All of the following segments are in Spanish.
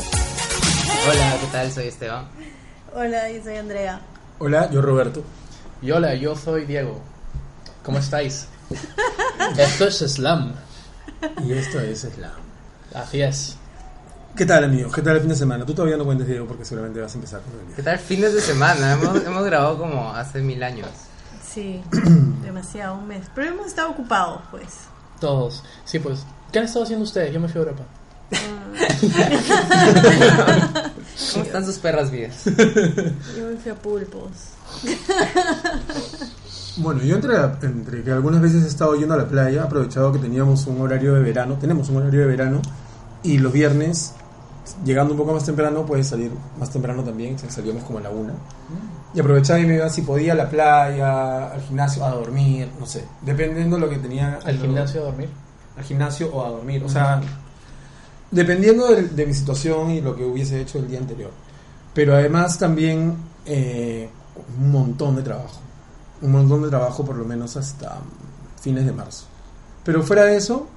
Hola, ¿qué tal? Soy Esteban. Hola, yo soy Andrea. Hola, yo Roberto. Y hola, yo soy Diego. ¿Cómo estáis? Esto es Slam. Y esto es Slam. Así es. ¿Qué tal, amigos? ¿Qué tal el fin de semana? Tú todavía no cuentes, Diego, porque seguramente vas a empezar con el ¿Qué día. tal fines de semana? Hemos, hemos grabado como hace mil años. Sí, demasiado, un mes. Pero hemos estado ocupados, pues. Todos. Sí, pues, ¿qué han estado haciendo ustedes? Yo me fui a Europa. ¿Cómo están sus perras vidas? Yo me fui a pulpos. Bueno, yo entre, entre que algunas veces he estado yendo a la playa, he aprovechado que teníamos un horario de verano, tenemos un horario de verano, y los viernes, llegando un poco más temprano, puedes salir más temprano también, que salíamos como a la una. Y aprovechaba y me iba, si podía, a la playa, al gimnasio, a dormir, no sé, dependiendo de lo que tenía. Al lo- gimnasio a dormir. al gimnasio o a dormir. O sea, dependiendo del- de, mi situación y lo que hubiese hecho el día anterior. Pero además también eh, un montón de trabajo. Un montón de trabajo por lo menos hasta fines de marzo. Pero fuera de eso,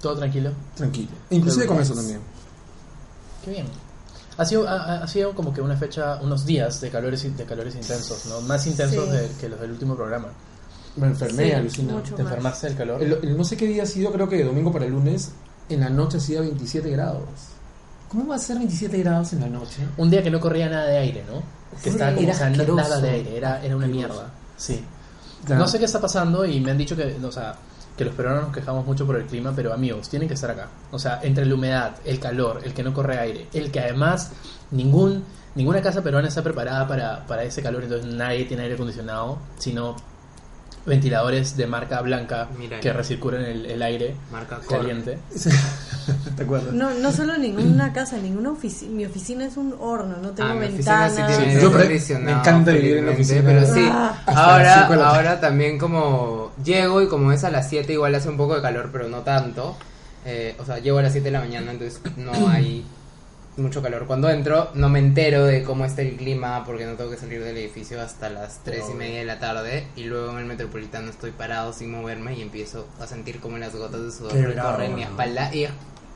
Todo tranquilo. tranquilo. Inclusive con eso también. Qué bien. Ha sido, ha, ha- ha sido como que una fecha, unos días de calores, in- de calores intensos, ¿no? Más intensos Sí. de- que los del último programa. Me enfermé, Sí, alucinado. mucho. ¿Te enfermaste del calor? El, el no sé qué día ha sido, creo que de domingo para el lunes, en la noche hacía 27 grados. ¿Cómo va a ser 27 grados en la noche? Un día que no corría nada de aire, ¿no? Sí, Que estaba como era o sea, no- nada asqueroso. de aire, era, era una Asqueroso. mierda. Sí. Claro. No sé qué está pasando y me han dicho que, o sea, que los peruanos nos quejamos mucho por el clima, pero amigos, tienen que estar acá. O sea, entre la humedad, el calor, el que no corre aire, el que además ningún ninguna casa peruana está preparada para, para ese calor, entonces nadie tiene aire acondicionado, sino ventiladores de marca blanca Mira. que recirculan el, el aire Marca Cor. caliente. ¿Te acuerdas? No, no solo ninguna casa, ninguna oficina. Mi oficina es un horno, no tengo Ah, mi oficina ventanas. sí tiene Sí, aire yo pre- acondicionado, me encanta vivir en la felizmente, oficina. Pero sí, Ah. Hasta las ahora, cinco de la tarde. ahora también como llego y como es a las 7 igual hace un poco de calor, pero no tanto. Eh, o sea, llego a las 7 de la mañana, entonces no hay mucho calor. Cuando entro no me entero de cómo está el clima porque no tengo que salir del edificio hasta las 3 y media de la tarde y luego en el metropolitano estoy parado sin moverme y empiezo a sentir como las gotas de sudor Qué recorren bravo, mi ¿no? espalda y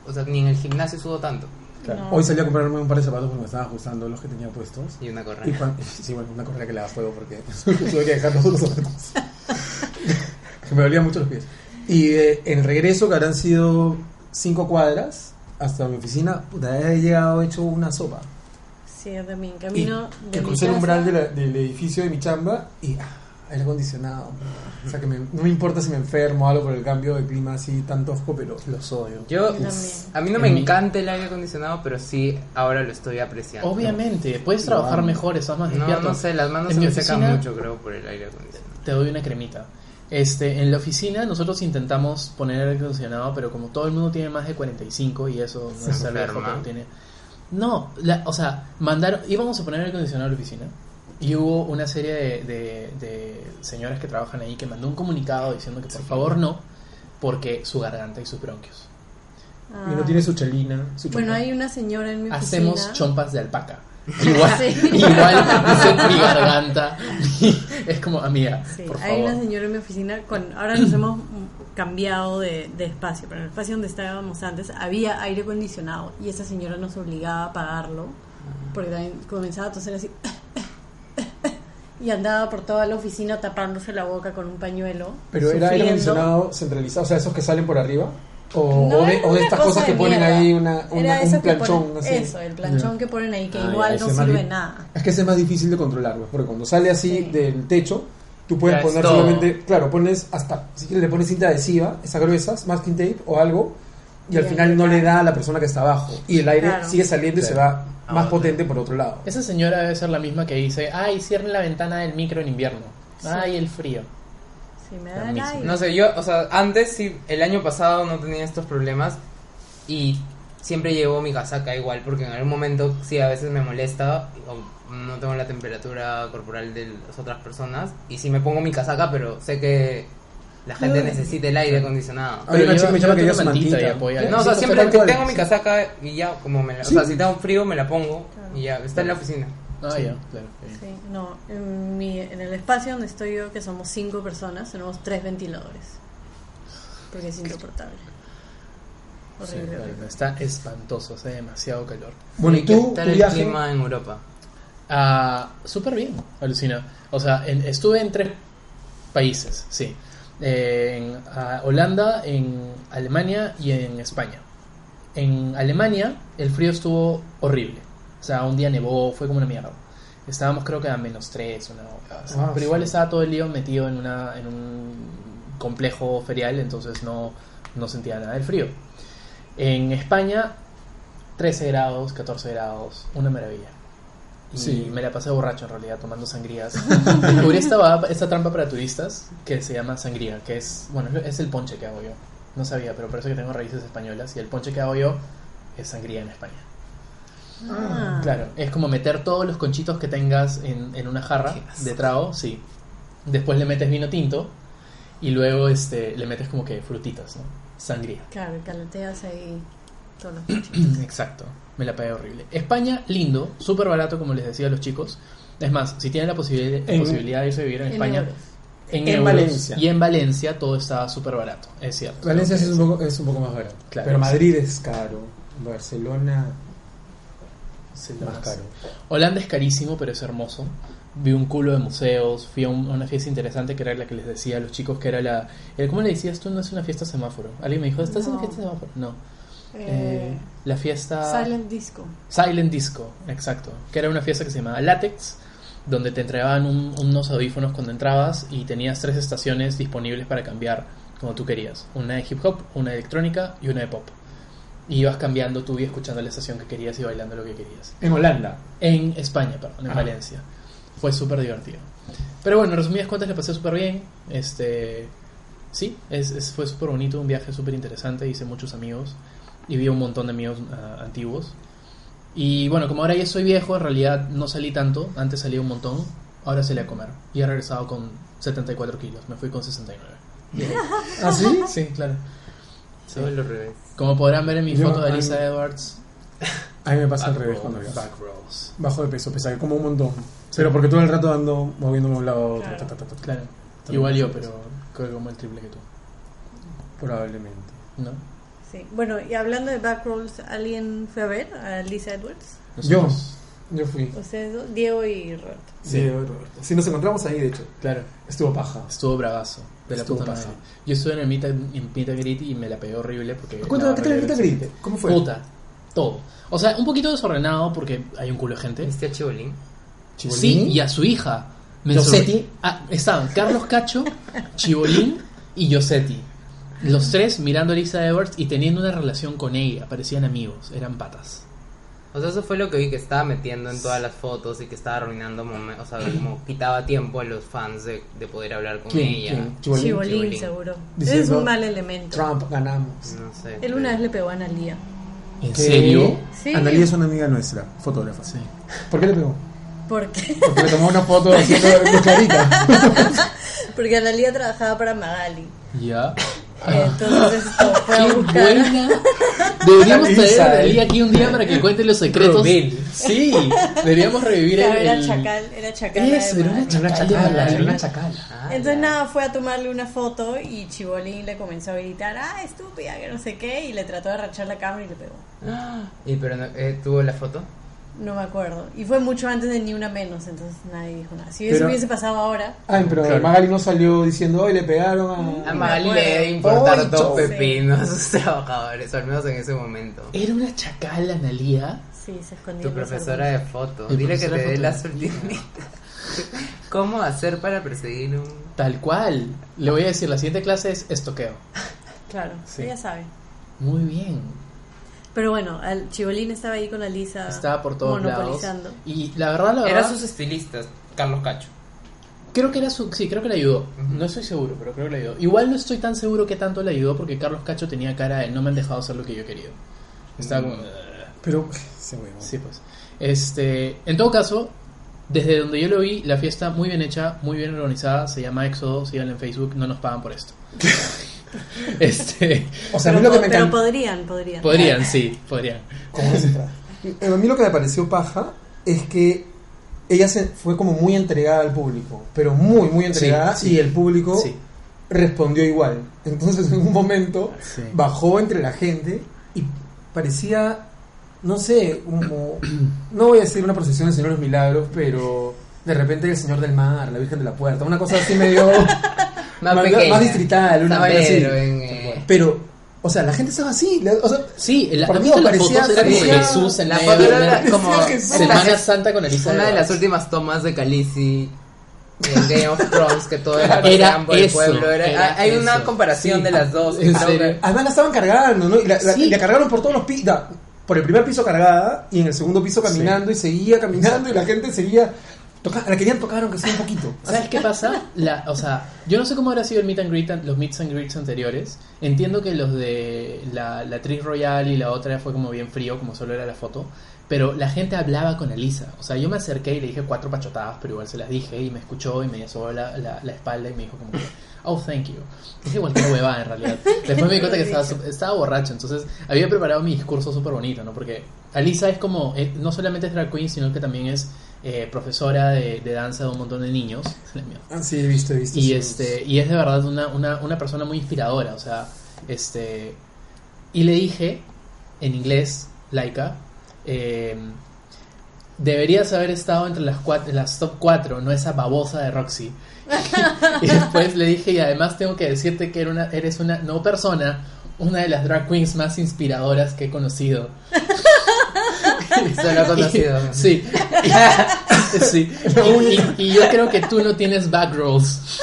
o sea, ni en el gimnasio sudo tanto Claro. No. Hoy salí a comprarme un par de zapatos porque me estaban ajustando los que tenía puestos. y una correa. Y cuan- sí, bueno, una correa que le da fuego porque tuve que dejar todos los zapatos. Que me dolían mucho los pies. Y eh, en regreso, que habrán sido cinco cuadras hasta mi oficina, puta, he llegado hecho una sopa. Sí, yo también. Y Camino de que mi crucé el umbral casa. de la- del edificio de mi chamba y ah, aire acondicionado. O sea, que me- no me importa si me enfermo o algo por el cambio de clima así tan tosco, pero los odio. Yo, también. a mí no En me mí. encanta el aire acondicionado, pero sí, ahora lo estoy apreciando. Obviamente, puedes trabajar No. mejor, estás más No, despierto. no sé, las manos En se mi me secan oficina- mucho, creo, por el aire acondicionado. Te doy una cremita. Este, en la oficina nosotros intentamos poner aire acondicionado, pero como todo el mundo tiene más de 45 y eso no Se es algo enferma. que tiene. No, la- o sea, mandaron, íbamos a poner aire acondicionado a la oficina y hubo una serie de, de- de señoras que trabajan ahí que mandó un comunicado diciendo que por favor no, porque su garganta y sus bronquios. Ah. Y no tiene su chelina, su Bueno, chompa. hay una señora en mi oficina. Hacemos chompas de alpaca. Igual, Sí. igual dicen mi garganta. es como, amiga, Sí, por hay favor. una señora en mi oficina. Con, ahora nos hemos mm, cambiado de, de espacio, pero en el espacio donde estábamos antes había aire acondicionado y esa señora nos obligaba a apagarlo porque también comenzaba a toser así y andaba por toda la oficina tapándose la boca con un pañuelo. Pero era aire sufriendo. acondicionado centralizado, o sea, esos que salen por arriba. O, No, o de, era o de una estas cosa cosas que de ponen mierda. ahí una, Era una, eso un que planchón. ponen- así. Eso, el planchón que ponen ahí que Ah, ya, igual ese no es más sirve di- nada. Es que ese es más difícil de controlarlo, porque cuando sale así Sí. del techo, tú puedes Ya es poner todo. solamente, claro, pones hasta, si quieres le pones cinta adhesiva, esas gruesas, masking tape o algo, y al Ya, final no claro. le da a la persona que está abajo. Y el aire Claro. sigue saliendo y se va Ah, más ok. potente por otro lado. Esa señora debe ser la misma que dice, ay, cierren la ventana del micro en invierno. Ay, el frío. Sí, me da el aire. No sé, yo, o sea, antes sí, el año pasado no tenía estos problemas, Y siempre llevo mi casaca igual, porque en algún momento sí a veces me molesta o no tengo la temperatura corporal de las otras personas. Y sí me pongo mi casaca, pero sé que la gente necesita el aire acondicionado. Hay una Pero chica que me llama que lleva lleva su tu mantita mantita. y apoya. No, o sea, Sí, siempre tal cual. tengo mi casaca y ya, como me la, O sea, si tengo frío me la pongo y ya, está en la oficina. Ah, ya, claro. Sí, no, en, mi- en el espacio donde estoy yo, que somos cinco personas, tenemos tres ventiladores. Porque es insoportable. Sí, Horrible. claro, horrible. Está espantoso, hace demasiado calor. Bueno, ¿y ¿Qué tú, tu tal el viaje? clima en Europa? Ah, Súper bien, alucina. O sea, en- estuve en tres países, sí. En ah, Holanda, en Alemania y en España. En Alemania el frío estuvo horrible. O sea, un día nevó, fue como una mierda. Estábamos creo que a menos tres, una hora, así. Ah, Pero sí. igual estaba todo el lío metido en, una, en un complejo ferial, entonces no, no sentía nada del frío. En España, 13 grados, 14 grados, una maravilla. Y Sí. me la pasé borracho en realidad, tomando sangrías. Descubrí esta, va- esta trampa para turistas que se llama sangría, que es, bueno, es el ponche que hago yo. No sabía, pero parece que tengo raíces españolas y el ponche que hago yo es sangría en España. Ah, Claro, es como meter todos los conchitos que tengas en, en una jarra Qué asco. de trago, sí. Después le metes vino tinto y luego este, le metes como que frutitas, ¿no? Sangría. Claro, calateas ahí todos los coches. Exacto, me la pagué horrible. España, lindo, súper barato, como les decía a los chicos. Es más, si tienen la posibil- En- posibilidad de irse a vivir en, En España, euros. en, En euros Valencia. y en Valencia todo estaba súper barato, es cierto. Valencia sí es un poco, es un poco más barato. Claro. Pero Madrid es caro. Barcelona Sí, lo más caro. Holanda es carísimo, pero es hermoso. Vi un culo de museos, fui a, un- a una fiesta interesante que era la que les decía a los chicos que era la... el- ¿Cómo le decías tú? No es una fiesta semáforo. Alguien me dijo, ¿estás en una No. fiesta semáforo? No. Eh, Eh, la fiesta... Silent Disco. Silent Disco, exacto. Que era una fiesta que se llamaba Latex, donde te entregaban un- unos audífonos cuando entrabas y tenías tres estaciones disponibles para cambiar como tú querías. Una de hip hop, una de electrónica y una de pop. Y ibas cambiando tú y escuchando la estación que querías y bailando lo que querías. En Holanda. En España, perdón, en Ah. Valencia. Fue súper divertido. Pero bueno, en resumidas cuentas le pasé súper bien. Este, sí, es, es- fue súper bonito, un viaje súper interesante. Hice muchos amigos y vi un montón de amigos ah, antiguos. Y bueno, como ahora ya soy viejo, en realidad no salí tanto. Antes salí un montón, ahora salí a comer. Y he regresado con 74 kilos, me fui con 69. ¿Ah, sí? Sí, claro. Sí. Todo lo revés. Como podrán ver en mi Yo, foto de a mí- Lisa Edwards, A mí me pasa al back revés row, cuando viajo. back rows. Bajo de peso, pesa como un montón. Pero porque todo el rato ando moviéndome de un lado a otro. Claro. ta, ta, ta, ta, ta. Claro, igual yo, pero creo que como el triple que tú, Probablemente. ¿no? Sí. Bueno, y hablando de backrolls, ¿alguien fue a ver a Lisa Edwards? Yo, yo fui. Ustedes dos, Diego y Robert. Sí, Roberto. Sí, nos encontramos ahí, de hecho. Claro, Estuvo paja. estuvo bravazo. De la Estuvo puta madre. pasado. Yo estuve en el Meet and, en Meet and Greet y me la pegué horrible porque. Cuéntame, la ¿qué tal, barrera qué tal es- grite? ¿Cómo fue? Puta, todo. O sea, un poquito desordenado porque hay un culo de gente. ¿Viste a Chibolín? Chibolín. Sí, y a su hija. Me Yosetti. sorpre- Ah, estaban Carlos Cacho, Chibolín y Yosetti. Los tres mirando a Lisa Edwards y teniendo una relación con ella. Parecían amigos, eran patas. O sea, eso fue lo que vi que estaba metiendo en todas las fotos y que estaba arruinando momentos, o sea, como quitaba tiempo a los fans de, de poder hablar con ¿Quién? ella. ¿Quién? Chibolín. Chibolín, Chibolín. seguro. Diciendo- es un mal elemento. Trump, ganamos. No sé. Él una vez le pegó a Analia. ¿En ¿Qué? serio? Sí. Analia es una amiga nuestra, fotógrafa. Sí. ¿Por qué le pegó? ¿Por qué? Porque le tomó una foto así toda muy clarita. Porque Analia trabajaba para Magali. Ya. Entonces lo fue a ¡Qué buscar. buena! Deberíamos Lisa, traer a eh. Dalí aquí un día para que cuente los secretos. Rubén. Sí, deberíamos revivir Claro, el. era el- chacal, era chacal. Eso, era una chacala. era una chacala. Ah, Entonces ya. nada, fue a tomarle una foto y Chibolín le comenzó a gritar, ah, estúpida, que no sé qué, y le trató de arrachar la cámara y le pegó. ¿Y pero no- eh, tuvo la foto? No me acuerdo. Y fue mucho antes de ni una menos, entonces nadie dijo nada. Si eso Pero- hubiese pasado ahora, Ay, Ah, pero Claro. Magali no salió diciendo, hoy le Mm. pegaron A a... Magali le acuerdo. debe importar Ay, dos chofe. pepinos a sus trabajadores, al menos en ese momento. Era una chacala, Analía. sí, se escondió. Tu en los profesora árboles. de foto. Mi Dile que te profesora de dé foto. las ultimitas. ¿Cómo hacer para perseguir un...? Tal cual. Le voy a decir, la siguiente clase es estoqueo. Claro, Sí. ella sabe. Muy bien. Pero bueno, al- Chibolín estaba ahí con Alisa Estaba por todos lados. Ah, monopolizando. Y la verdad, la Era verdad. sus estilistas, Carlos Cacho. Creo que era su, sí, creo que le ayudó. No estoy seguro, pero creo que le ayudó. Igual no estoy tan seguro que tanto le ayudó porque Carlos Cacho tenía cara de no me han dejado hacer lo que yo he querido. Mm. Estaba como... "Ugh". Pero, ese huevón. Sí, pues. Este, en todo caso, desde donde yo lo vi, la fiesta muy bien hecha, muy bien organizada, se llama Éxodo, síganla en Facebook, no nos pagan por esto. este, O sea, a pero, mí lo que po- me pero encanta. podrían, podrían. podrían, sí, podrían. Eh, A mí lo que me pareció paja es que ella se fue como muy entregada al público, pero muy, muy entregada sí. y el público Sí. respondió igual. Entonces en un momento Sí. bajó entre la gente y parecía, no sé, como, no voy a decir una procesión del Señor de los Milagros, pero de repente el Señor del Mar, la Virgen de la Puerta, una cosa así medio Más, más- pequeña. más distrital, una vaina así. Tapero en, eh, Pero, o sea, la gente estaba así, la- o sea, Sí, la, Por ¿han Dios, visto las parecía- fotos? Era como parecía- Jesús en la medio foto de era una- como Decía Jesús. Semana Santa con Elisa una de Guevara. las últimas tomas de Calisi en Game of Thrones que todo era, Era paseaban por el eso, pueblo era- era hay una eso. comparación Sí. de las dos creo ¿En que- serio? Además la estaban cargando, ¿no? Y la, la- Sí. la cargaron por todos los pisos. Por el primer piso cargada y en el segundo piso caminando y seguía caminando y la gente seguía. toca- la querían tocar aunque sea un poquito. ¿Sabes qué pasa? La, o sea, yo no sé cómo habrá sido el meet and greet, an- los meets and greets anteriores. Entiendo que los de la, la actriz royal y la otra fue como bien frío, como solo era la foto. Pero la gente hablaba con Elisa. O sea, yo me acerqué y le dije cuatro pachotadas, pero igual se las dije y me escuchó y me asó la, la, la espalda y me dijo como que, oh, thank you. Dije cualquier huevada en realidad. Después me di cuenta que estaba, su- estaba borracho, entonces había preparado mi discurso súper bonito, ¿no? Porque Alisa es como, eh, no solamente es drag queen, sino que también es eh, profesora de, de danza de un montón de niños. La mierda. Ah, sí, he visto, he visto. Y sí. este, y es de verdad una, una, una persona muy inspiradora, o sea, este y le dije en inglés, Laika, eh, deberías haber estado entre las cuatro, las top 4, no esa babosa de Roxy. y después le dije, y además tengo que decirte que era una- eres una no persona, una de las drag queens más inspiradoras que he conocido. solo conocido Sí. Y- sí. Y, y- y yo creo que tú no tienes back rolls.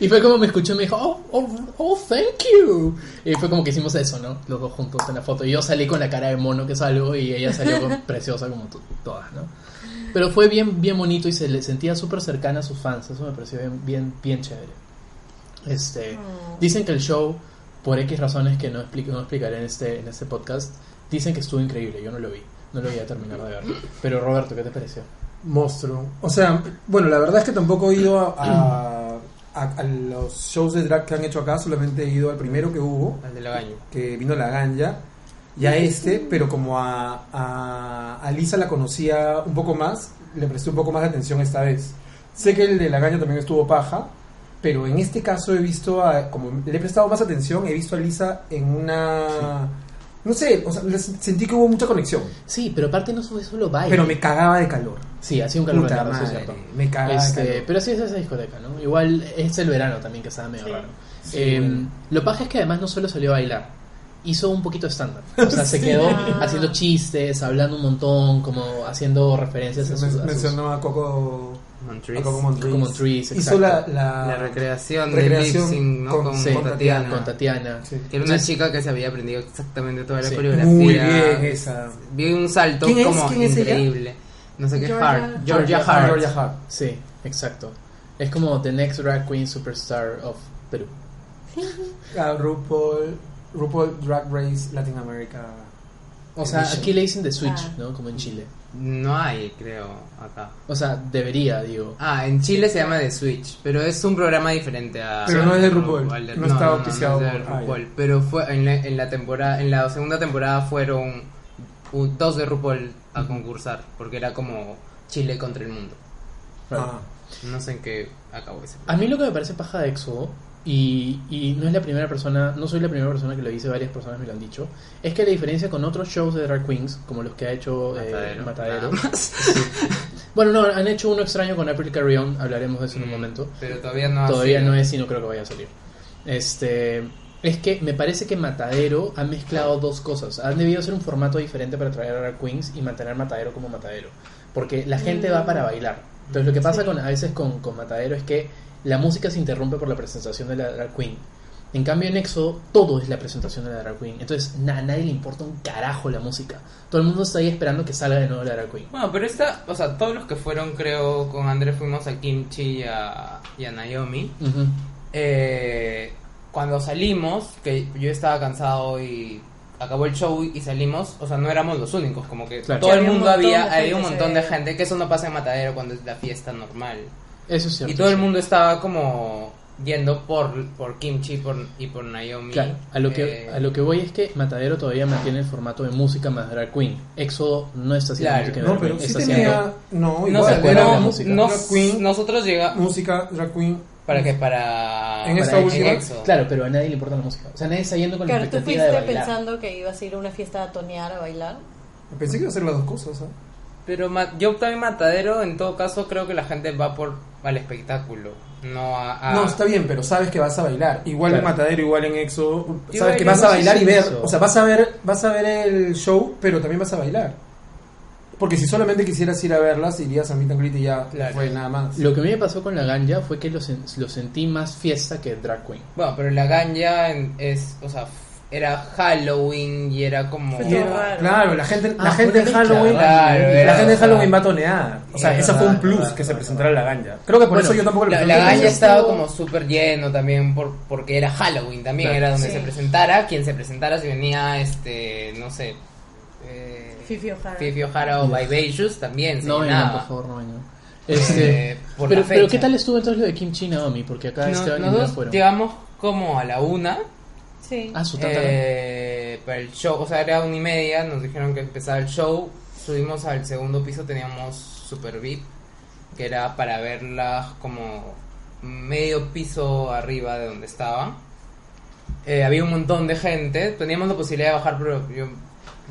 Y fue como me escuchó y me dijo, oh, oh, oh, thank you. Y fue como que hicimos eso, ¿no? Los dos juntos en la foto. Y yo salí con la cara de mono que salgo y ella salió con- preciosa como tú- todas, ¿no? Pero fue bien, bien bonito y se le sentía súper cercana a sus fans. Eso me pareció bien, bien, bien chévere. Este, Dicen que el show, por X razones que no, explico, no explicaré en este, en este podcast, dicen que estuvo increíble. Yo no lo vi. No lo voy a terminar de ver. Pero Roberto, ¿qué te pareció? Monstruo. O sea, bueno, la verdad es que tampoco he ido a, a- a- a los shows de drag que han hecho acá, solamente he ido al primero que hubo, al de la baño que vino la ganja. Y a este, pero como a, a, a Lisa la conocía un poco más, le presté un poco más de atención esta vez. Sé que el de la gaña también estuvo paja, pero en este caso he visto, a, como le he prestado más atención, he visto a Lisa en una... No sé, o sea, le- sentí que hubo mucha conexión, Sí, pero aparte no fue solo baile. pero me cagaba de calor. Sí, hacía un calor de Puta mierda, eso es madre, cierto. me cagaba de Este, calor. pero sí es esa discoteca, ¿no? Igual es el verano también que estaba medio Sí. raro. Sí, Eh, bueno. Lo paja es que además no solo salió a bailar, hizo un poquito estándar. O sea, se quedó Ah. haciendo chistes, hablando un montón, como haciendo referencias a sus... Men- a sus- Mencionó a Coco, a Montreal Coco Montriz. Coco Montriz, Hizo la, exacto. la, la recreación, Recreación de lip sync ¿no? con- con, sí, con Tatiana con Tatiana. Sí. que era una chica que se había aprendido exactamente toda la Sí. coreografía Muy bien esa. vi un salto ¿Quién es? como ¿Quién es ella? increíble no sé qué Georgia- Hart Georgia Hart Georgia Hart. Sí, exacto. Es como The Next Drag Queen Superstar of Perú. a RuPaul, RuPaul Drag Race Latin America. O sea, Edition. aquí le dicen The Switch, Ah. ¿no? Como en Chile. no hay creo acá O sea, debería, digo. Ah, en Chile se llama The Switch, pero es un programa diferente a... Pero no es de RuPaul, al no está auspiciado no es de por- ah, RuPaul, ya. pero fue en la, en la temporada, en la segunda temporada fueron u- dos de RuPaul a concursar, porque era como Chile contra el mundo. Ah, No sé en qué acabó ese. A mí lo que me parece paja de Éxodo, y, y no es la primera persona, no soy la primera persona que lo dice, varias personas me lo han dicho, es que la diferencia con otros shows de Drag Queens, como los que ha hecho eh, Matadero, Ah. Matadero. nada más. sí. Bueno, no, han hecho uno extraño con April Carrion, hablaremos de eso en un Mm, momento. Pero todavía no ha Todavía sido. no es y no creo que vaya a salir. Este, es que me parece que Matadero ha mezclado dos cosas. Han debido hacer un formato diferente para traer a Drag Queens y mantener Matadero como Matadero. Porque la gente va para bailar. Entonces lo que pasa con, a veces con, con Matadero es que la música se interrumpe por la presentación de la Drag Queen. En cambio, en Exo, todo es la presentación de la drag queen. Entonces, na- a nadie le importa un carajo la música. Todo el mundo está ahí esperando que salga de nuevo la drag queen. Bueno, pero esta, o sea, todos los que fueron, creo, con Andrés fuimos a Kimchi y a, y a Naomi. Ujú. Eh, cuando salimos, que yo estaba cansado y acabó el show y salimos, o sea, no éramos los únicos, como que Claro. todo Sí, el había un mundo montón había, de había un gente, montón de sí. gente, que eso no pasa en Matadero cuando es la fiesta normal. Eso es cierto. Y todo el sí. mundo estaba como yendo por, por Kimchi y por, y por Naomi. Claro, a lo, que, Eh, a lo que voy es que Matadero todavía mantiene el formato de música más drag queen. Éxodo no está Claro. haciendo música de No, drag pero queen, sí está haciendo- tenía. No, no, igual. sé, acuerdo no, de la era música. nos- Drag queen. nosotros llegamos música, drag queen. para que para En esta para- última- EXO. Claro, pero a nadie le importa la música. O sea, nadie está yendo con la Claro, tú expectativa de fuiste bailar. pensando que ibas a ir a una fiesta a tonear, a bailar. Pensé que iba a hacer las dos cosas. ¿ah? Pero ma- yo también matadero, en todo caso creo que la gente va por al espectáculo, no a, a- No, está bien, pero sabes que vas a bailar. Igual en Claro. Matadero, igual en Exo. Yo Sabes bailé, que vas a no sé bailar si y ver. eso. O sea, vas a ver, vas a ver el show, pero también vas a bailar. Porque si solamente quisieras ir a verlas, irías a Meet and Greet y ya Claro. fue nada más. Lo que a mí me pasó con la ganja fue que lo, sen- lo sentí más fiesta que drag queen. Bueno, pero la ganja en- es, o sea, f- era Halloween y era como Y era- raro. claro, la gente, Ah, la gente fue en mezcla, Halloween, claro, la era, gente en o sea, Halloween va a tonear. O sea, era, ese fue un verdad, plus verdad, que se verdad. presentara la ganja. Creo que por Bueno, eso yo tampoco lo la, presenté. la ganja Entonces estaba estuvo- como súper lleno también por porque era Halloween también Claro. era donde Sí. se presentara quien se presentara si venía este no sé eh, Fifi O'Hara. Fifi O'Hara o Vivacious también se No vengan, llenaba. por favor, no vengan. Este, Eh, por pero, la pero fecha. ¿qué tal estuvo entonces lo de Kim Chi Naomi? Porque acá No- Esteban y Andrea nosotros fueron. llegamos como a la una Sí. Ah, su tata. Eh, para el show, o sea, era una y media, nos dijeron que empezaba el show, subimos al segundo piso, teníamos Super VIP, que era para verlas como medio piso arriba de donde estaban. Eh, había un montón de gente, teníamos la posibilidad de bajar, pero yo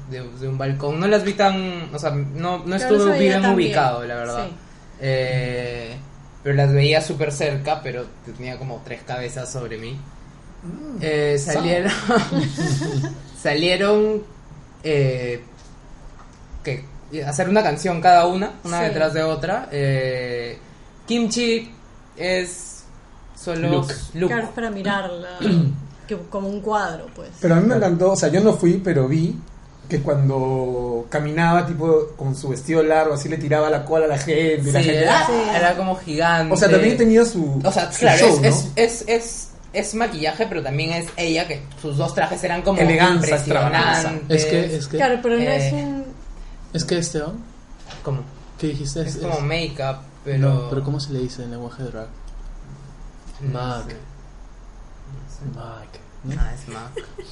de, de un balcón, no las vi tan, o sea, no, no Yo los estuve veía bien también. ubicado, la verdad. Sí. Eh, pero las veía súper cerca, pero tenía como tres cabezas sobre mí. Eh, salieron. salieron. eh, que hacer una canción cada una, una Sí. detrás de otra. Eh, Kimchi es solo Look. look. Claro, es para mirarla. que, como un cuadro, pues. Pero a mí me encantó, o sea, yo no fui, pero vi que cuando caminaba, tipo, con su vestido largo, así le tiraba la cola a la gente. y la Sí, gente era, ¡ah! era como gigante. O sea, también tenía su, O sea, su claro, show, es, ¿no? es, es, es, es maquillaje, pero también es ella que sus dos trajes eran como Eleganza, extravaganza. impresionantes. Es que, es que, Claro, pero no Eh, es un. es que Esteban, como, ¿qué dijiste? es como make-up, pero. No, pero ¿cómo se le dice en lenguaje de drag? No Mac. sé. Mac. Ah, es Mac.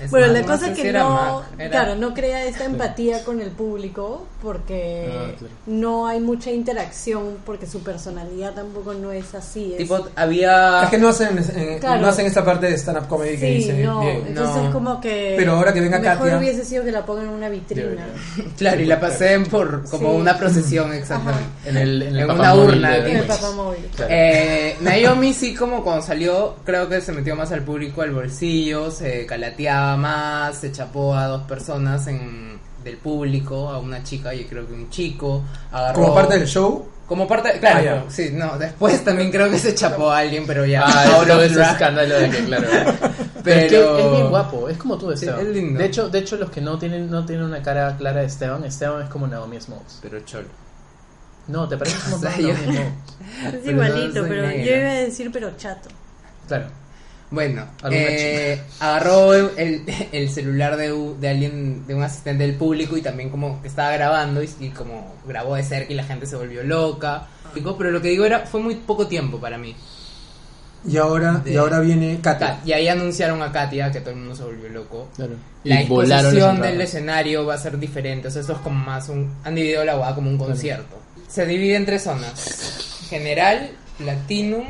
Es Bueno, Mac. la No cosa sé es si que era no, Mac, era- claro, no crea esta empatía con el público porque Ah, claro. no hay mucha interacción porque su personalidad tampoco no es así. es- Tipo, había. Es que no hacen, en- Claro. no hacen esta parte de stand-up comedy que sí, dice no, Diego. entonces no. como que Pero ahora que venga mejor Katia- hubiese sido que la pongan en una vitrina. Claro, y la pasé por como Sí. una procesión, exactamente. En, el, en, el En Papa una Móvil urna, de en drag En el queens. papamóvil. Claro. Eh, Naomi sí como cuando salió creo que se metió más al público al bolsillo, se calateaba más, se chapó a dos personas en, del público, a una chica y creo que un chico, agarró Como parte del show, como parte, claro, Ah, ya. sí, no, después también creo que se chapó a alguien, pero ya Ah, out eso of es drag, escándalo de que, claro. Pero es, que pero es bien guapo, es como tú, Esteban. es lindo. De hecho, de hecho los que no tienen no tienen una cara clara de Esteban, Esteban es como Naomi Smalls. pero cholo. No, te pareces como O sea, Naomi yo- Smalls. Es Pero no igualito, soy pero negra. yo iba a decir pero chato. Claro. Bueno, Alguna eh, agarró el, el celular de, u- de alguien, de un asistente del público y también como que estaba grabando y, y como grabó de cerca y la gente se volvió loca. Ah. Digo, Pero lo que digo era, fue muy poco tiempo para mí. y ahora, y De- ahora viene Katia. Ca- Y ahí anunciaron a Katia que todo el mundo se volvió loco. Claro. La Y volaron las exposición del entradas. escenario va a ser diferente, o sea, eso es como más un... Han dividido la guada como un concierto. Se divide en tres zonas. General, Platinum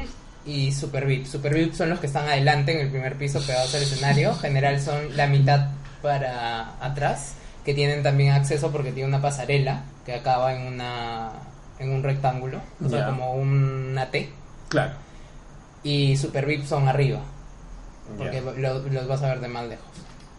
y Super VIP. Super VIP son los que están adelante en el primer piso pegados al escenario. General son la mitad para atrás, que tienen también acceso porque tiene una pasarela que acaba en una en un rectángulo, o sea, Ya. como una T. Claro. Y Super VIP son arriba, porque lo- los vas a ver de más lejos.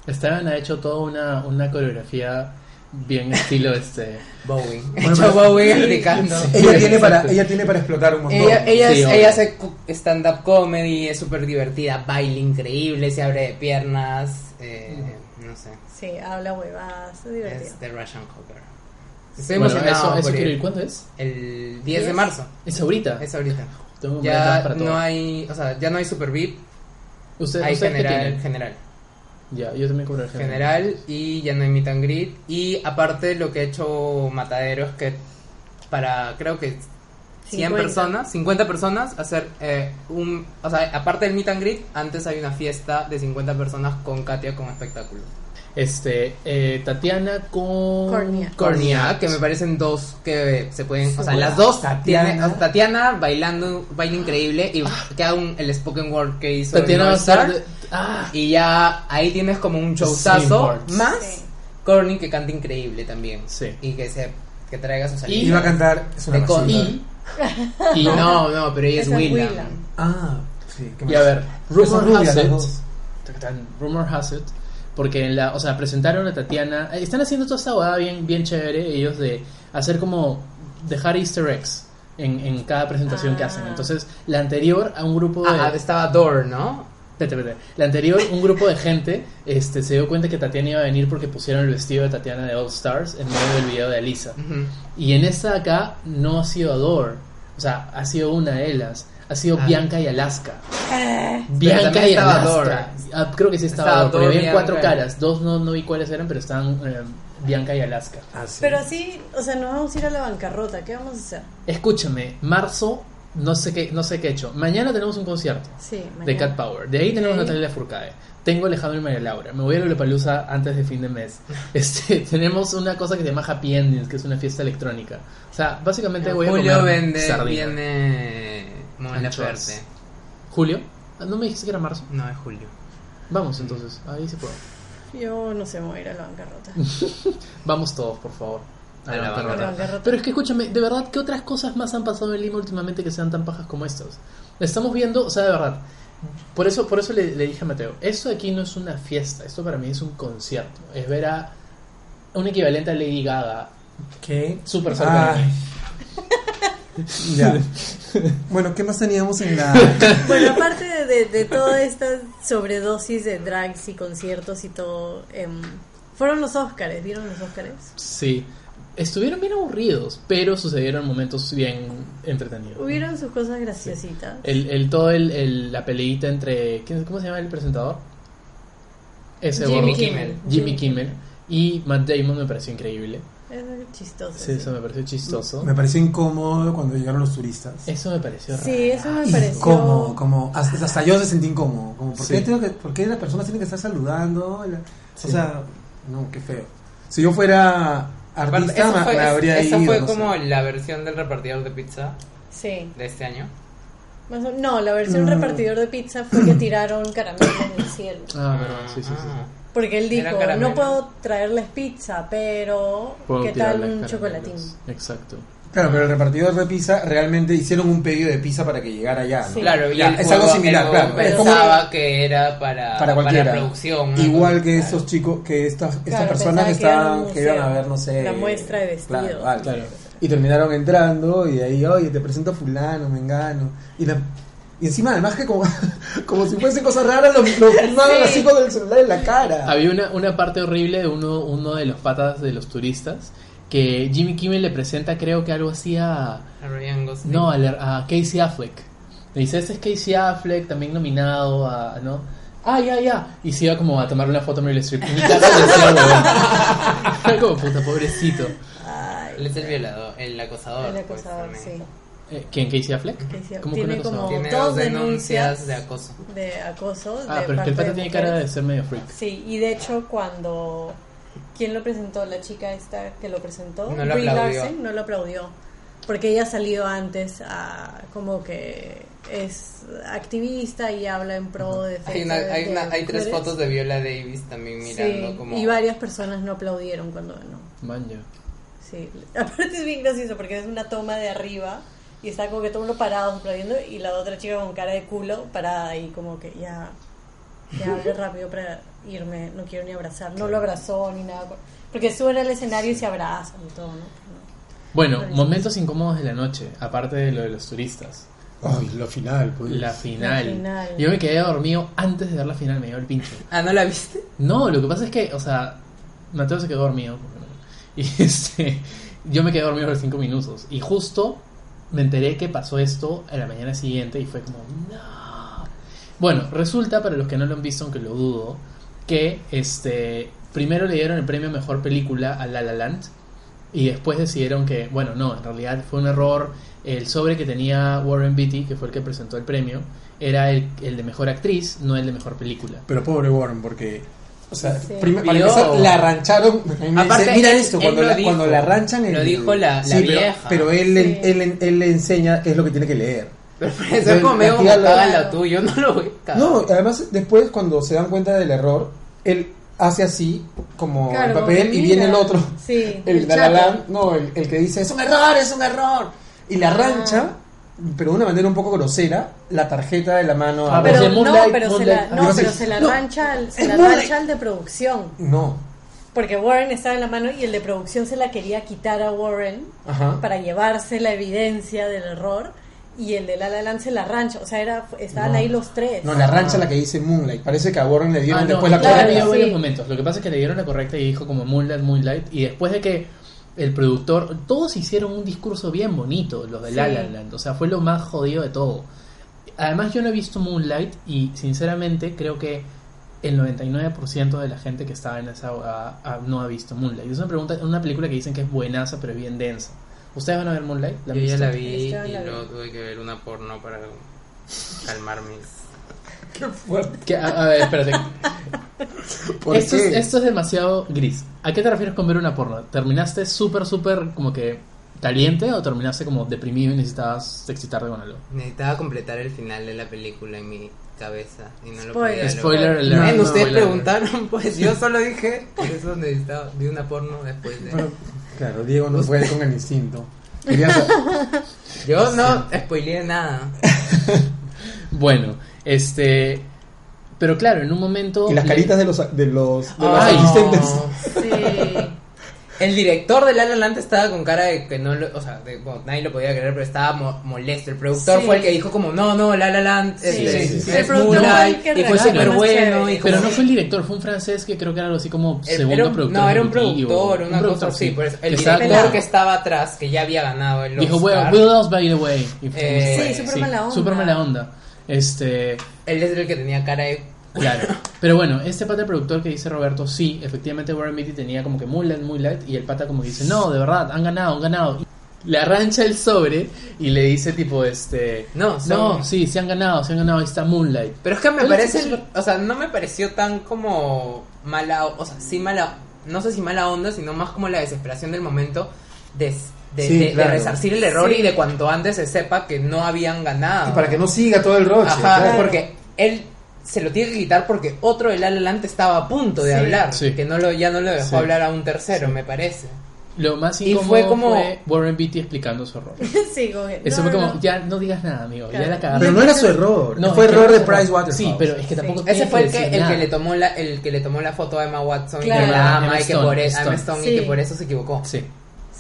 Esteban ha hecho toda una, una coreografía bien estilo este. Bowie. Bueno, Hecho pero- Bowie explicando. Ella tiene, para, Exacto. ella tiene para explotar un montón. Ella, ella, Sí, es- obvio. ella hace cu- stand-up comedy, es súper divertida, baile increíble, se abre de piernas, eh, no sé, Sí, habla huevadas, es divertido. es The Russian Cooker. Estoy Bueno, emocionado eso, eso por quiero ir. ir. ¿Cuándo es? El 10 de ¿Diez? marzo, Es ahorita. es ahorita. Tengo que comprar Ya entradas para todo. no hay, o sea, ya no hay Super VIP, ¿Ustedes, hay ustedes qué general, tienen? general, Ya, yo también compré el general. general y ya no hay Meet and Greet. Y aparte lo que ha hecho Matadero es que para, creo que 100 50. personas, 50 personas, hacer eh, un... O sea, aparte del meet and greet, antes hay una fiesta de 50 personas con Katia como espectáculo. Este, eh, Tatiana con. Cornia. Cornia, que me parecen dos que se pueden... O sea, Sí. las dos, Tatiana. Tatiana, Tatiana bailando, baile increíble y queda un, el spoken word que hizo... en Tatiana va a All estar. Star, de- Ah, Y ya ahí tienes como un Same showzazo parts. más Sí. Corny que canta increíble también. Sí. Y que se que traiga su salida. Y- Iba a cantar. Es una de con- basura. y, y no, no, pero ella es, Esa es Willam. Willam. Ah, sí. qué Y a mal. ver, Son Rumor rubias has las it. dos. tac, tan, Rumor has it. Porque en la, o sea, presentaron a Tatiana. eh, Están haciendo toda esta boda bien, bien chévere ellos de hacer como dejar Easter eggs en, en cada presentación que Ah. hacen. Entonces, la anterior a un grupo de. Ah, estaba Dor, ¿no? Espérate, espérate. La anterior, un grupo de gente este, se dio cuenta que Tatiana iba a venir porque pusieron el vestido de Tatiana de All Stars en medio del video de Alisa. Ujú. Y en esta de acá no ha sido Ador, o sea, ha sido una de ellas. Ha sido Ah. Bianca y Alaska. Eh, Pero Bianca también y estaba Alaska. Ah, creo que sí estaba, Estaba Ador, porque Ador, habían cuatro Bianca. caras. Dos no, no vi cuáles eran, pero estaban eh, Bianca y Alaska. Ah, sí. Pero así, o sea, nos vamos a ir a la bancarrota. ¿Qué vamos a hacer? Escúchame, marzo, no sé qué, no sé qué he hecho. Mañana tenemos un concierto. Sí, mañana. de Cat Power. De ahí tenemos Ok. a Natalia Furcade. Tengo a Alejandro y María Laura. Me voy a Lollapalooza antes de fin de mes. Este, tenemos una cosa que se llama Happy Endings, que es una fiesta electrónica. O sea, Este básicamente voy a Julio comer vende, sardina. viene Mon Anchoas. Laferte. ¿Julio? Ah, ¿No me dijiste que era marzo? No, es Julio. Vamos entonces, ahí se puede. Yo no sé, me voy a ir a la bancarrota. Vamos todos, por favor. A A la la bancarrota. bancarrota. Bancarrota. Pero es que escúchame, de verdad, ¿qué otras cosas más han pasado en Lima últimamente que sean tan pajas como estas? Estamos viendo, o sea, de verdad. Por eso, por eso le, le dije a Mateo, esto aquí no es una fiesta, esto para mí es un concierto. Es ver a un equivalente a Lady Gaga, ¿Qué? súper cerca de Ay. mí. Ya. Bueno, ¿qué más teníamos en la. Bueno, aparte de, de- de toda esta sobredosis de drags y conciertos y todo, em, fueron los Óscares, ¿vieron los Óscares? Sí. Estuvieron bien aburridos, pero sucedieron momentos bien entretenidos. ¿no? Hubieron sus cosas graciositas. Eh, El, el todo el, el- la peleita entre ¿quién- ¿cómo se llama el presentador? Ese Jimmy gordo. Kimmel. Jimmy Kimmel y Matt Damon me pareció increíble. Es algo chistoso. Sí, eso me pareció chistoso. Me pareció incómodo cuando llegaron los turistas. Eso me pareció raro. Sí, eso me pareció. Como, como, hasta, hasta yo se sentí incómodo. Como, ¿por, qué Sí. tengo que, ¿Por qué las personas tienen que estar saludando? La- Sí. O sea, no, qué feo. Si yo fuera Aparte, artista, Esa me, fue, me habría esa ido. fue no sé. como la versión del repartidor de pizza Sí. de este año. Más o- No, la versión Mm. No. repartidor de pizza fue que tiraron caramelos en el cielo. Ah, verdad, sí, sí, sí. Ah. Porque él dijo, Eran caramelos. no puedo traerles pizza, pero Puedo ¿qué tirarles tal un caramelos. chocolatín? Exacto. Claro, pero el repartidor de pizza realmente hicieron un pedido de pizza para que llegara allá. ¿no? Sí. Claro, y Ya, el es algo juego- similar, el claro. juego Es como- Pensaba que era para, Para cualquiera. producción. una Igual cosa- que claro. estos chicos, que estas, estas Claro, personas que, pensaba que iban a un estaban, que iban a museo, ver, no sé. la muestra de vestidos. Claro, vale. Claro. Y terminaron entrando y de ahí, oye, te presento a fulano, me engano. Y, la- y encima, además que como, como si fuesen cosas raras, lo, lo filmaban Sí. así con el celular en la cara. Había una, una parte horrible de uno, uno de los patas de los turistas que Jimmy Kimmel le presenta creo que algo así a... A Ryan Gosling. No, al- a Casey Affleck. Le dice, este es Casey Affleck, también nominado a... ¿no? Ah, ya, ya. Y se iba como a tomar una foto a Meryl Streep. Y mi cara le decía, huevón. Era como puta, pobrecito. Él es el violador, el acosador. El pues, acosador, también. sí. Eh, ¿Quién? ¿Casey Affleck? Casey- ¿Cómo tiene que no como- Tiene Dos dos denuncias denuncias. de acoso. De acoso. Ah, de pero es que parte el pata de tiene mujeres. cara de ser medio freak. Sí, y de hecho cuando quien lo presentó, la chica esta que lo presentó, No lo Brie aplaudió. Larson, no lo aplaudió, porque ella ha salido antes a como que es activista y habla en pro de Hay, defensa una, hay, de una, hay tres mujeres. fotos de Viola Davis también mirando Sí, como... y varias personas no aplaudieron cuando ganó. Man, ya. Sí, aparte es bien gracioso porque es una toma de arriba y está como que todo uno parado aplaudiendo y la otra chica con cara de culo parada ahí como que ya, ya hable rápido para irme, no quiero ni abrazar. No lo abrazó ni nada. Porque suben al escenario y se abrazan y todo, ¿no? Bueno, momentos incómodos de la noche, aparte de lo de los turistas. Ay, la final, pues. La final. final. Yo me quedé dormido antes de ver la final, me dio el pinche. Ah, ¿no la viste? No, lo que pasa es que, o sea, Mateo se quedó dormido. Y este, yo me quedé dormido por cinco minutos. Y justo me enteré que pasó esto a la mañana siguiente y fue como, no. Bueno, resulta, para los que no lo han visto, aunque lo dudo, que este, primero le dieron el premio a Mejor Película a La La Land. Y después decidieron que, bueno, no, en realidad fue un error. El sobre que tenía Warren Beatty, que fue el que presentó el premio, era el, el de mejor actriz, no el de mejor película. Pero pobre Warren, porque. O sea, Sí. prim- para Vio. empezar, la arrancharon. A mí me Aparte, dice, mira él- esto, él cuando, lo la, dijo. cuando la arranchan. el- Lo dijo la- la Sí, pero- vieja. Pero, él, le- Sí. él, le- él le enseña qué es lo que tiene que leer. Eso es como medio como Tía, la- cágala tú, yo no lo voy a cagar. No, además, después, cuando se dan cuenta del error, él hace así, como el Claro, papel, y mira. viene el otro. Sí. El chato. La La Land, no, el, el que dice, es un error, es un error. Y la arrancha, pero de una manera un poco grosera, la tarjeta de la mano. a- Ah, Pero Pues el no, Moonlight- pero se Moonlight- la, no, Algo pero así. se la No, rancha al, se es la Moonlight. rancha al de producción. No. Porque Warren estaba en la mano y el de producción se la quería quitar a Warren Ajá. para llevarse la evidencia del error. Y el de La La Land se la rancha. O sea, era, estaban ahí los tres. No, la rancha la que dice Moonlight. Parece que a Warren le dieron Ah, no, después la claro, correcta. había sí. varios momentos. Lo que pasa es que le dieron la correcta y dijo como Moonlight, Moonlight. Y después de que el productor, todos hicieron un discurso bien bonito, los de La Sí. La Land. O sea, fue lo más jodido de todo. Además, yo no he visto Moonlight y sinceramente creo que el 99% de la gente que estaba en esa abogada ah, no ha visto Moonlight. Es una pregunta, una película que dicen que es buenaza pero es bien densa. ¿Ustedes van a ver Moonlight? ¿La han Yo ya visto? la vi Esta la y vi. luego tuve que ver una porno para calmar mis... Que- a, a ver, espérate. ¿Por esto, qué? Es, esto es demasiado gris. ¿A qué te refieres con ver una porno? ¿Terminaste súper, súper como que caliente o terminaste como deprimido y necesitabas excitarte con algo? Necesitaba completar el final de la película en mi cabeza y no lo Spoiler. podía lograr. Spoiler Men, alert. No, ustedes spoiler alert. preguntaron, pues yo solo dije, por eso necesitaba, vi una porno después de... Bueno, claro, Diego no puede con el instinto. Quería sa- Yo no spoileé nada. Bueno, este... Pero claro, en un momento... y las caritas de los, de los, Ah. de los Ay. asistentes. Sí. El director de La La Land estaba con cara de que no lo, o sea, de- bueno, nadie lo podía creer, pero estaba mo- molesto. El productor Sí. fue el que dijo como, no, no, La La Land Sí, este, sí, sí. es El productor Moonlight", fue el que y fue regaló súper más bueno. chévere. Y Pero como- no fue el director, fue un francés que creo que era algo así como el- segundo era un- productor. No, era un ejecutivo, productor, una productor, cosa así. por eso. El Que estaba director como- que estaba atrás, que ya había ganado el Dijo, Oscar, well, Will else, by the way. Y Eh, Sí, súper mala onda. Súper mala onda. Este... él es el que tenía cara de... Claro. Pero bueno, este pata productor que dice Roberto, sí, efectivamente Warren Beatty tenía como que Moonlight, Moonlight, y el pata como que dice, no, de verdad, han ganado, han ganado. Y Le arrancha el sobre y le dice tipo, este... No, son- no, sí, se han ganado, se han ganado, ahí está Moonlight. Pero es que me Él parece, es súper- o sea, no me pareció tan como mala, o sea, sí mala, no sé si mala onda, sino más como la desesperación del momento de, de, Sí, de- de claro. resarcir el error y de cuanto antes se sepa que no habían ganado. Y para que no siga todo el roche. Ajá, claro. porque él se lo tiene que quitar porque otro del adelante estaba a punto de Sí. hablar, Sí. que no lo, ya no lo dejó Sí. hablar a un tercero, me parece. Lo más Y incómodo fue como- fue Warren Beatty explicando su error. Sí, como que- no, Eso fue como, no, no. ya no digas nada, amigo, ya Claro. la cagaste. Pero no era su error. fue error es que Ah, no de se puede- Price Waterhouse. Sí, pero es que tampoco... Sí. tienes Ese fue el que, decir el nada. que le tomó la, el que le tomó la foto a Emma Watson y Claro. que la ama Emma y que Stone, por e- Stone. Emma Stone y Sí. que por eso se equivocó. Sí.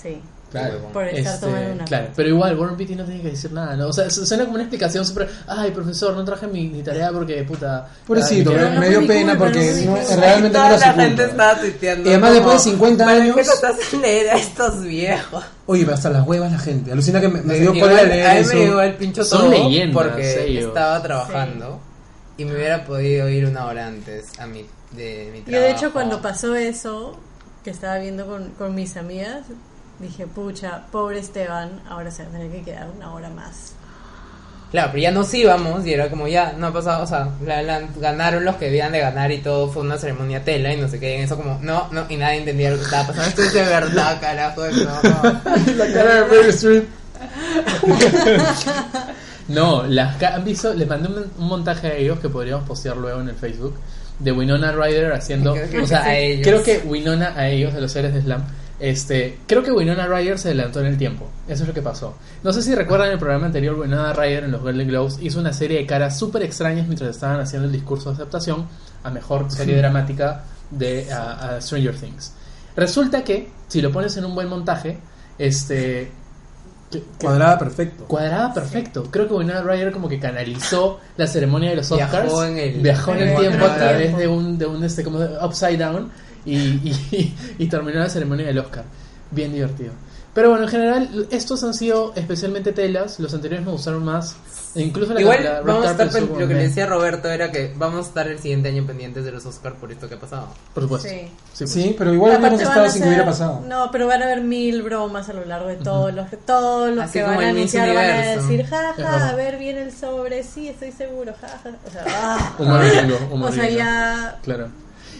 Sí, Claro. por estar Este, tomando una. Claro, pero igual Warren Beatty no tiene que decir nada, ¿no? O sea, su- suena como una explicación súper, ay, profesor, no traje mi, mi tarea porque, puta... Pobrecito, ay, Pero me no me fue dio mi pena culpa, no porque fue mi no- culpa. realmente no Toda era su la gente culpa. estaba tuiteando. Y además como, después de 50 "¿Para años- ¿Qué nos hacen leer a estos viejos? Oye, hasta las huevas la gente. Alucina que me, me dio Igual, cólera a leer mí eso. me llegó el pincho Son todo leyendas, porque ellos. estaba trabajando y me hubiera podido ir una hora antes a mi, de mi trabajo. Yo de hecho cuando pasó eso, que estaba viendo con, con mis amigas, dije, pucha, pobre Esteban, ahora se va a tener que quedar una hora más. Claro, pero ya nos íbamos y era como ya, no ha pasado, o sea, la- la- ganaron los que debían de ganar y todo, fue una ceremonia tela y no sé qué, y en eso como, no, no, y nadie entendía lo que estaba pasando. Esto es de verdad, carajo, no. La cara de Meryl Streep. No, las ca- han visto, les mandé un, un montaje a ellos que podríamos postear luego en el Facebook de Winona Ryder haciendo, Creo que o sea, a ellos. creo que Winona a ellos de los seres de Slam Este, creo que Winona Ryder se adelantó en el tiempo. Eso es lo que pasó. No sé si recuerdan el programa anterior, Winona Ryder en los Golden Globes hizo una serie de caras súper extrañas mientras estaban haciendo el discurso de aceptación a mejor serie dramática de a- a Stranger Things. Resulta que, si lo pones en un buen montaje, este. que- que- Cuadrada perfecto. Cuadrada perfecto. Creo que Winona Ryder como que canalizó la ceremonia de los Viajó Oscars. en el- viajó en el en el tiempo a tiempo. través de un, de un este como de upside down y, y- y terminó la ceremonia del Oscar. Bien divertido. Pero bueno, en general, estos han sido especialmente telas. Los anteriores me gustaron más. E incluso la Igual la Red vamos a estar, Carpet pen- estuvo lo que bien. le decía Roberto era que vamos a estar el siguiente año pendientes de los Oscars por esto que ha pasado. Por supuesto. Sí. Sí, pues. Sí, pero igual hubiéramos Aparte van estado a sin ser- que hubiera pasado. No, pero van a haber mil bromas a lo largo de todos los, todos los Así que como van a el Miss anunciar. Van a Universo. decir, jaja, Es verdad. a ver, viene el sobre, sí, estoy seguro, jaja. O sea, ah. Humor gringo, humor o sea gringo. ya, Claro.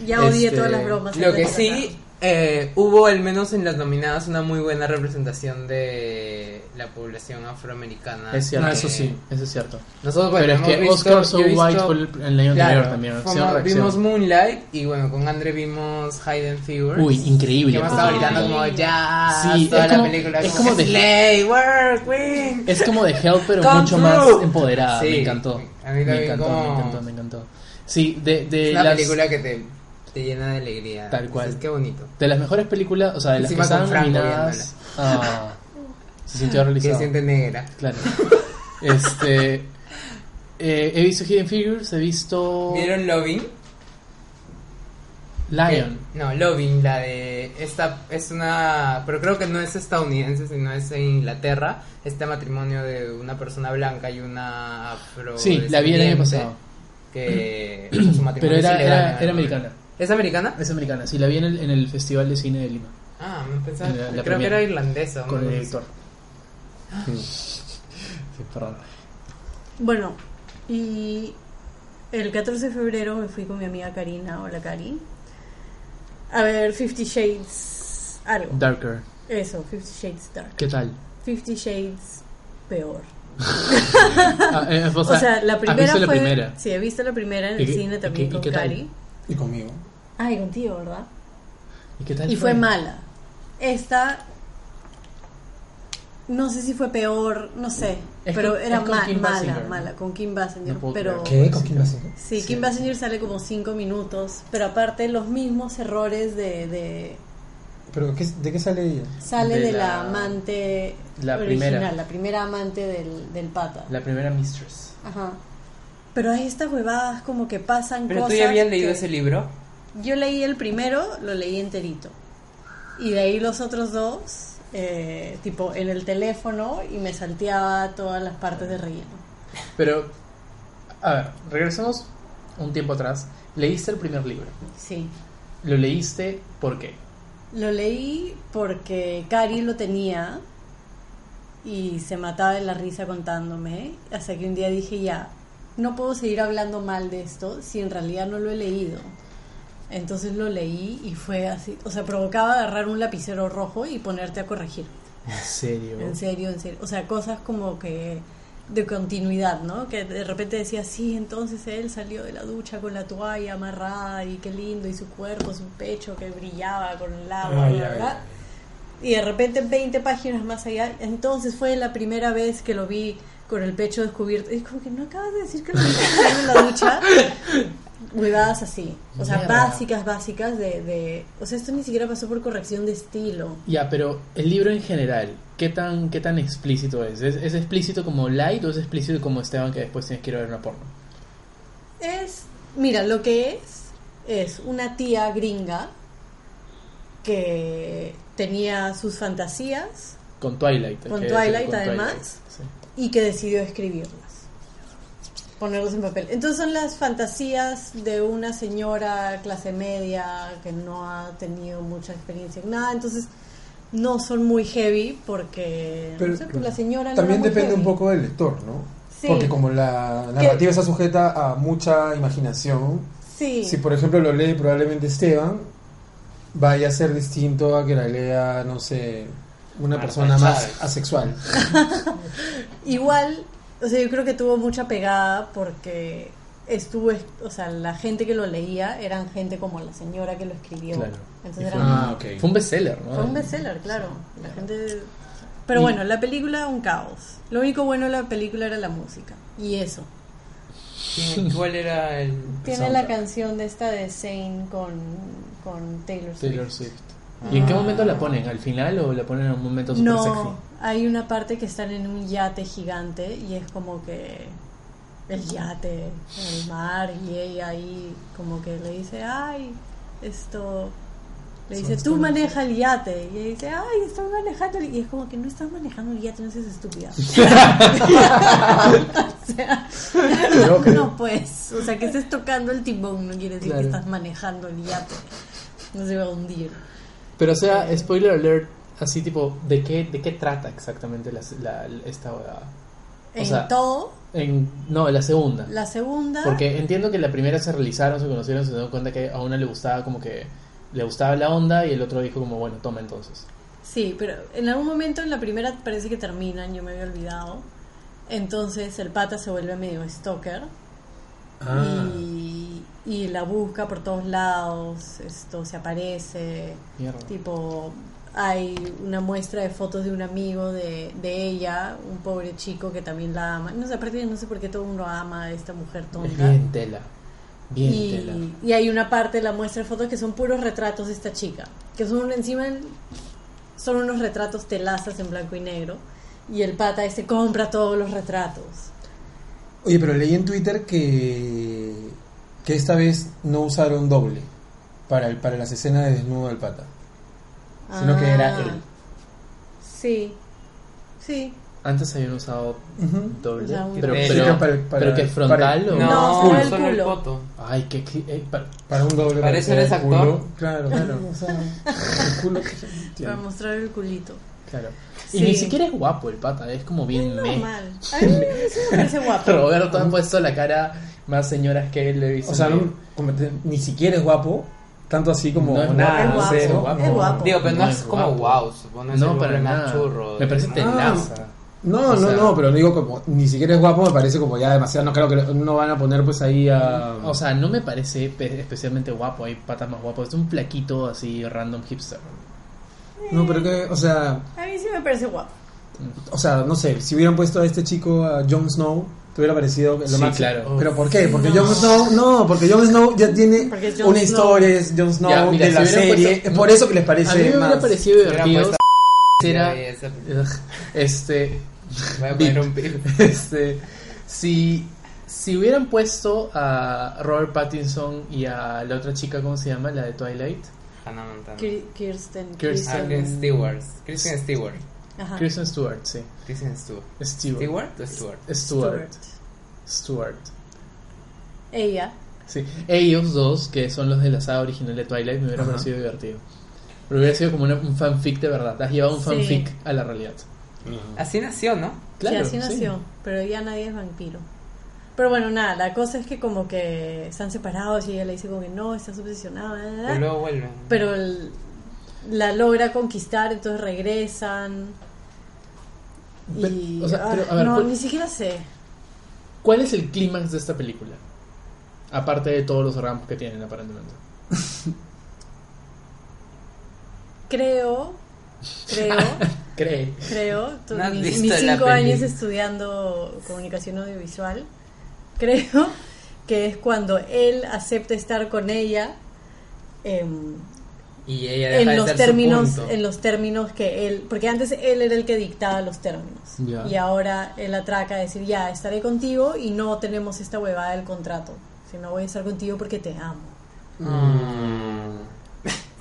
ya odié Este, todas las bromas. Lo que antes de sí, eh, hubo al menos en las nominadas una muy buena representación de la población afroamericana. Es cierto. Eh, Ah, eso sí. Eso es cierto. Nosotros, bueno, Pero es hemos que visto- Oscar So yo he visto- White fue el, el año Claro, anterior también. fuimos- Acción, reacción. vimos Moonlight y bueno, con Andre vimos Hidden Figures. Uy, increíble. Que hemos estado Moonlight. gritando como ya, Sí, toda es la como- película. es como de- Slay, work, win. Es como de Help, pero Come mucho through. más empoderada. Sí. Me encantó. A mí me también encantó, como- me encantó, me encantó. Sí, de, de, Es una Eh, las, película que te, te llena de alegría. Tal cual. Es que bonito. de las mejores películas, o sea, de las que Encima con estaban Franco nominadas. Ah, se sintió Que se realizado. siente negra. Claro. Este. eh, he visto Hidden Figures, he visto. ¿Vieron Loving? Lion. No, Loving, la de esta es una, pero creo que no es estadounidense, sino es en Inglaterra, este matrimonio de una persona blanca y una afro. Sí, la vi el año pasado. Que o sea, su matrimonio Pero es era, ilegal, era, ¿no? era americana. ¿Es americana? Es americana, sí, la vi en el, en el Festival de Cine de Lima. Ah, me pensaba, La- la creo que primera. era irlandesa. con ¿no? el director. Sí, perdón. acá. Bueno, y el 14 de febrero me fui con mi amiga Karina, hola Cari, a ver Fifty Shades algo. Darker, Eso, Fifty Shades Dark. ¿qué tal? Fifty Shades peor. Ah, eh, o O sea, sea, la primera ¿Has visto la fue... primera? Sí, he visto la primera en ¿Y el qué- cine y también qué- y con qué tal? Cari. Y conmigo. Ah, y contigo, ¿verdad? ¿Y qué tal? Y fue mala. Esta... No sé si fue peor, no sé. Es pero con- era es con ma- Kim mala, Basinger, ¿no? mala. Con Kim Basinger. No puedo pero... creer. ¿Con quién vas a ir? Sí, Sí. Kim Basinger sale como cinco minutos. Pero aparte, los mismos errores de... de- ¿Pero qué- de qué sale ella? Sale De de, la, la- amante la original, primera. la primera amante del, del pata. La primera Mistress. Ajá. Pero hay estas huevadas como que pasan Pero tú cosas ya habías leído que- ese libro. Yo leí el primero, lo leí enterito. Y de ahí los otros dos, eh, tipo en el teléfono y me salteaba todas las partes de relleno. Pero, a ver, regresemos un tiempo atrás. Leíste el primer libro. Sí. ¿Lo leíste por qué? Lo leí porque Cari lo tenía y se mataba de la risa contándome. Hasta que un día dije, ya, no puedo seguir hablando mal de esto si en realidad no lo he leído. Entonces lo leí y fue así. O sea, provocaba agarrar un lapicero rojo y ponerte a corregir. ¿En serio? En serio, en serio. O sea, cosas como que de continuidad, ¿no? Que de repente decía, sí, entonces él salió de la ducha con la toalla amarrada y qué lindo, y su cuerpo, su pecho que brillaba con el agua, Ay, bla, ay, bla, bla. Y de repente 20 páginas más allá, entonces fue la primera vez que lo vi con el pecho descubierto. Y es como que no acabas de decir que lo vi saliendo de la ducha. Huevadas así, o sea, Mierda. básicas, básicas de, de... O sea, esto ni siquiera pasó por corrección de estilo. Ya, pero el libro en general, ¿qué tan, qué tan explícito es? es? es explícito como light o es explícito como Esteban que después tienes que ir a ver una porno? Es, mira, lo que es es una tía gringa que tenía sus fantasías Con Twilight. hay Con que decirlo, Twilight, además. sí. y que decidió escribirlas, ponerlas en papel. Entonces son las fantasías de una señora clase media que no ha tenido mucha experiencia en nada, entonces no son muy heavy porque, Pero no sé, pues la señora no También era muy depende un heavy. poco del lector, ¿no? Sí. Porque como la narrativa está sujeta a mucha imaginación, Sí, si por ejemplo lo lee probablemente Esteban, vaya a ser distinto a que la lea, no sé, una Marta persona Chávez. más asexual. Igual, o sea, yo creo que tuvo mucha pegada porque estuvo, es- o sea, la gente que lo leía eran gente como la señora que lo escribió. Claro. Entonces Y era fue- como- Ah, ok. Fue un bestseller, ¿no? Fue un bestseller, claro. La gente... Pero bueno, la película un caos. Lo único bueno de la película era la música. Y eso. ¿Quién- ¿Cuál era el...? Tiene la canción de esta de Zane con, con Taylor Swift. Taylor Swift. ¿Y en qué momento la ponen? ¿Al final o la ponen en un momento super No, sexy? hay una parte que están en un yate gigante y es como que el yate, el mar y ella ahí como que le dice, ay, esto... Le dice, tú maneja el yate. Y ella dice, ay, estoy manejando. el-". Y es como que no estás manejando el yate, no seas estúpida. o sea, no pues. O sea, que estés tocando el timón no quiere decir que Claro. estás manejando el yate. No se va a hundir. Pero o sea, spoiler alert, así tipo, ¿de qué, de qué trata exactamente la, la- esta boda? O En sea, todo, En, no, la segunda. la segunda... Porque entiendo que la primera se realizaron, se conocieron, se dieron cuenta que a una le gustaba como que le gustaba la onda y el otro dijo como, bueno, toma entonces. Sí, pero en algún momento en la primera parece que terminan, yo me había olvidado. Entonces el pata se vuelve medio stalker Ah. Ah. y, y la busca por todos lados, esto se aparece, Mierda. tipo hay una muestra de fotos de un amigo de, de ella, un pobre chico que también la ama. No sé, aparte no sé por qué todo uno ama a esta mujer Es tonta. bien tela. Bien tela. Y, y hay una parte de la muestra de fotos que son puros retratos de esta chica, que son encima son unos retratos telazas en blanco y negro y el pata ese compra todos los retratos. Oye, pero leí en Twitter que, que esta vez no usaron doble para, el, para las escenas de desnudo del pata, sino que era Ah, él. Sí. Sí. Antes habían usado Ujú. doble, Usaban un pero, doble. pero- Sí, que para- para- pero que frontal para- No, o... No, solo solo el, el culo. poto. Ay, que... que- eh, pa- Para un doble. Parece para eres el actor. culo. Claro, claro. O sea, el culo. Para mostrar el culito. claro. Y Sí. ni siquiera es guapo el pata, es como bien meh. Normal. A mí sí me parece guapo. Roberto ha puesto la cara más señoras que él le he visto. O sea, en mi- no- como te- ni siquiera es guapo, tanto así como No es nada, guapo, es cero. guapo, es guapo. Digo, pero no, No es es como guapo. wow, supongo es no, el para hombre más nada. churro. Me parece Ah, tenaza. No, O no, sea- no, pero digo como ni siquiera es guapo, me parece como ya demasiado, no creo que lo- no van a poner pues ahí a Ah. O sea, no me parece pe- especialmente guapo. Hay patas más guapos. Es un plaquito así, random hipster. No, pero que, o sea, A mí sí me parece guapo. o sea, no sé, si hubieran puesto a este chico a Jon Snow, te hubiera parecido lo Sí, máximo. claro. Pero ¿por qué? Porque No. Jon Snow, no, porque Jon Snow ya tiene Porque es Jon una Snow. historia, es Jon Snow Ya, mira, de si la hubieran serie, puesto- por eso que les parece A mí me hubiera más. parecido Hubiera divertido. puesto- Era, Ya, ya, ya. Ugh, este, Voy a poner Bip. un pip. este, si, si hubieran puesto a Robert Pattinson y a la otra chica, ¿cómo se llama? La de Twilight, Hannah Montana. Kir- Kirsten. Kirsten. Ah, Kristen Stewart. Kristen Stewart. Ajá. Kristen Stewart, sí, Kristen Stewart. Stewart, ¿Stewart o Stewart? Stewart. Stewart, Stewart, Ella. sí, E ellos dos que son los de la saga original de Twilight me hubiera Ajá. parecido divertido, pero hubiera sido como una- un fanfic de verdad, has llevado un Sí. fanfic a la realidad, Así nació, ¿no? claro, sí, así sí. nació, pero ya nadie es vampiro. Pero bueno, nada, la cosa es que como que están separados y ella le dice como que no, estás obsesionado, bla, bla, Y bla. luego vuelve. pero el- la logra conquistar, entonces regresan. Y, Pero, o sea, ah, pero, a ver, pues- no, ¿cuál- ni siquiera sé. ¿Cuál es el clímax de esta película? Aparte de todos los ramos que tienen, aparentemente. Creo, creo, Cree. creo, tu- No has mis, visto mis la cinco peli. años estudiando comunicación audiovisual, creo que es cuando él acepta estar con ella. em, Y ella deja en de los ser su términos punto. en los términos que él porque antes él era el que dictaba los términos Ya. y ahora él atraca a decir ya estaré contigo y no tenemos esta huevada del contrato sino voy a estar contigo porque te amo Mm.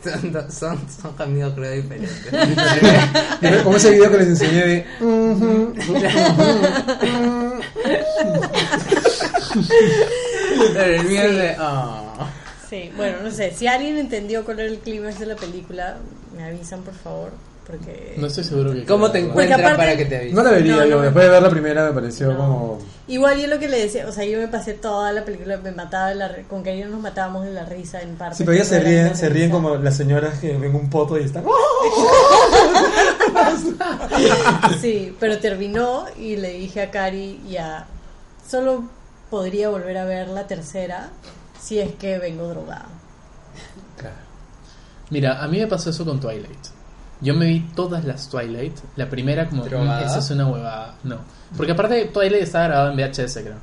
Son, dos- son, son amigos, creo, diferentes. Como ese video que les enseñé de "Mm, Pero el mío es de. "Oh". "Ah". sí bueno no sé si alguien entendió cuál era el clímax de la película me avisan por favor porque No estoy seguro que. ¿Cómo te encuentras? encuentran aparte- para que te avisen? No la vería No, yo, no. después de ver la primera me pareció No. como... igual yo lo que le decía o sea yo me pasé toda la película me mataba de la re- con que ellos nos matábamos de la risa en parte Sí, pero ellas se Era ríen, de se ríen risa. como las señoras que ven un poto y están... "Oh". Sí, pero terminó y le dije a Cari y a... Solo podría volver a ver la tercera si es que vengo drogada. Claro. Mira, a mí me pasó eso con Twilight. Yo me vi todas las Twilight. La primera como... ¿Drogada? "Mm, Esa es una huevada. No. Porque aparte Twilight estaba grabada en VHS, creo.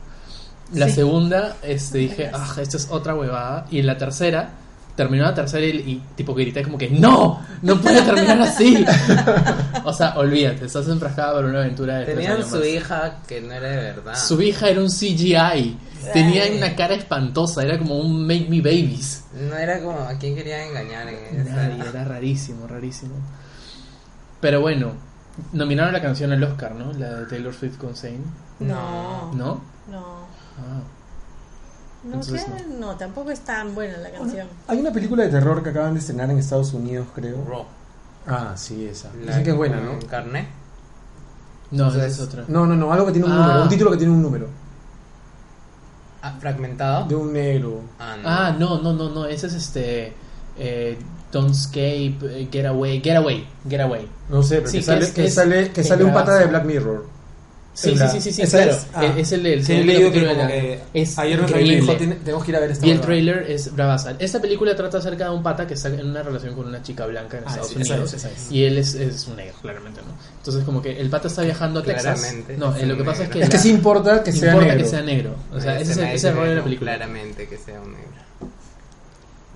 La Sí. segunda, este, dije, ah, esta es otra huevada. Y en la tercera, terminó la tercera y, y, tipo grité como que, no, no puede terminar así. o sea, olvídate, estás enfrascada para una aventura de... tres Tenían años su más. hija que no era de verdad. Su hija era un CGI. Tenía una cara espantosa, era como un Make Me Babies. No era como a quién quería engañar en esa Nadie, era rarísimo, rarísimo. Pero bueno, nominaron la canción al Oscar, ¿no? La de Taylor Swift con Zayn, No. ¿no? No. Ah, No, Entonces, creo- no, tampoco es tan buena la canción. Hay una película de terror que acaban de estrenar en Estados Unidos, creo. Raw. Ah, sí, esa. La Dicen que es buena, ¿no? con Carne. no, esa Entonces, es otra. No, no, no, algo que tiene un Ah. número, un título que tiene un número. Ah, fragmentado. De un negro. Ah, no. Ah, no, no, no, no, ese es este. Eh, Don't Escape, eh, Get Away, Get Away, Get Away. No sé, pero Sí, que, sale, es- que, es- sale, que es sale un pata bravazo. de Black Mirror. Sí, sí, Esa- sí, sí, sí, esa claro. es- ah. Eh, es el del Que he segundo leído que capítulo de como la- que es ayer nos increíble. dijo, "Tiene- tenemos que ir a ver esta Vi el huevada". trailer, es bravaza. Esta película trata acerca de un pata que está en una relación con una chica blanca en Ah, Estados sí, esa Unidos. es, esa es. Y él es, es un negro, claramente, ¿no? Entonces, como que el pata está viajando a Texas. Claramente, No, es eh, lo un que pasa es negro. que. Es que la- sí importa que sea importa negro. que sea negro. O sea, Ese ese es el- nadie ese es el se rollo de ve, la no, película. Claramente que sea un negro.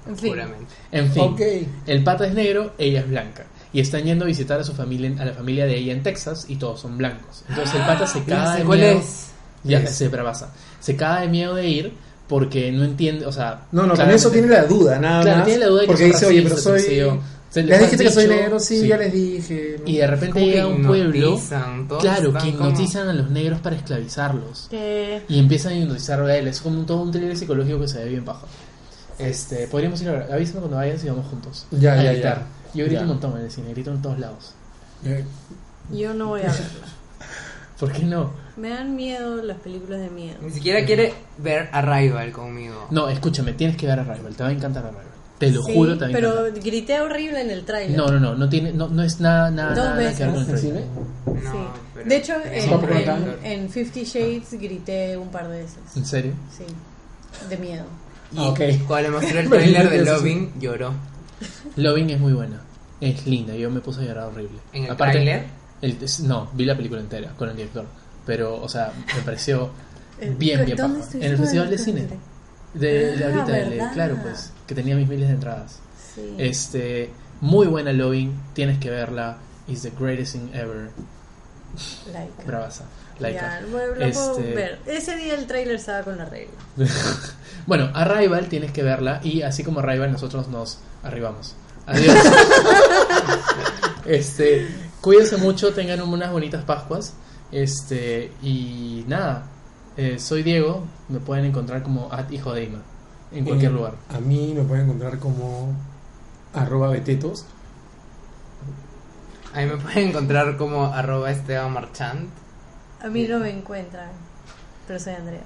En fin. Puramente. En fin, Ok. el pata es negro, ella es blanca. Y están yendo a visitar a su familia, en- a la familia de ella en Texas y todos son blancos. Entonces el pata se caga de ¿Cuál miedo. es? Ya Es. se bravaza. Se caga de miedo de ir porque no entiende, o sea, No, no, con claramente- eso tiene la duda, nada Claro, más. tiene la duda de que porque son dice, oye, pero racistas", soy. qué sé yo. Se Les han dijiste que soy dicho, negro, sí, sí. ya les dije. Y de repente Como que llega a un pueblo, hipnotizan, todos claro, están que como- hipnotizan a los negros para esclavizarlos. Que Y empiezan a hipnotizar a él. Es como un- todo un thriller psicológico que se ve bien bajo. Este, podríamos ir a ver. Avísame cuando vayas y vamos juntos. Ya, A ya, gritar. ya. Yo grito Ya. un montón en el cine, grito en todos lados. Eh, yo no voy a verla. ¿Por qué no? Me dan miedo las películas de miedo. Ni siquiera quiere ver Arrival conmigo. No, escúchame, tienes que ver Arrival. Te va a encantar Arrival. Te lo Sí, juro, te va a Pero encantar. grité horrible en el tráiler. No, no, no, no tiene, no, no es nada, nada, Dos nada, nada que veces. ver con el ¿En trailer. cine? No, Sí. pero- De hecho, Tenemos en, ¿Está por que acá? en, verlo. en Fifty Shades grité un par de veces. ¿En serio? Sí, de miedo. Y Ok. cuando le mostré el Imagínate trailer de eso, sí. Loving, lloró. Loving es muy buena. Es linda, yo me puse a llorar horrible. ¿En el Aparte, tráiler? el- es- no, vi la película entera con el director. Pero, o sea, me pareció Eh, bien, bien ¿dónde paja. En estuviste el Festival de Cine. cuando- De, de Ah, ahorita, de- ¿verdad? claro, pues, que tenía mis miles de entradas. Sí. Este, muy buena Loving, tienes que verla. Is the greatest thing ever. Laika. Bravaza. Ya, Laika. lo, lo puedo Este- ver. Ese día el tráiler estaba con la regla. bueno, Arrival tienes que verla y así como Arrival nosotros nos arribamos. Adiós. este, cuídense mucho, tengan unas bonitas Pascuas. Este, y nada, eh, soy Diego, me pueden encontrar como at hijo de Ima en cualquier eh, lugar. A mí me pueden encontrar como. arroba betetos. Ahí me pueden encontrar como arroba Esteban Marchand. A mí no me encuentran, pero soy Andrea.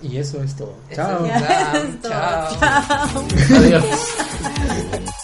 Y eso es todo. Eso Chao. es- Chao, Ya, eso es todo. chao. Chao. Adiós.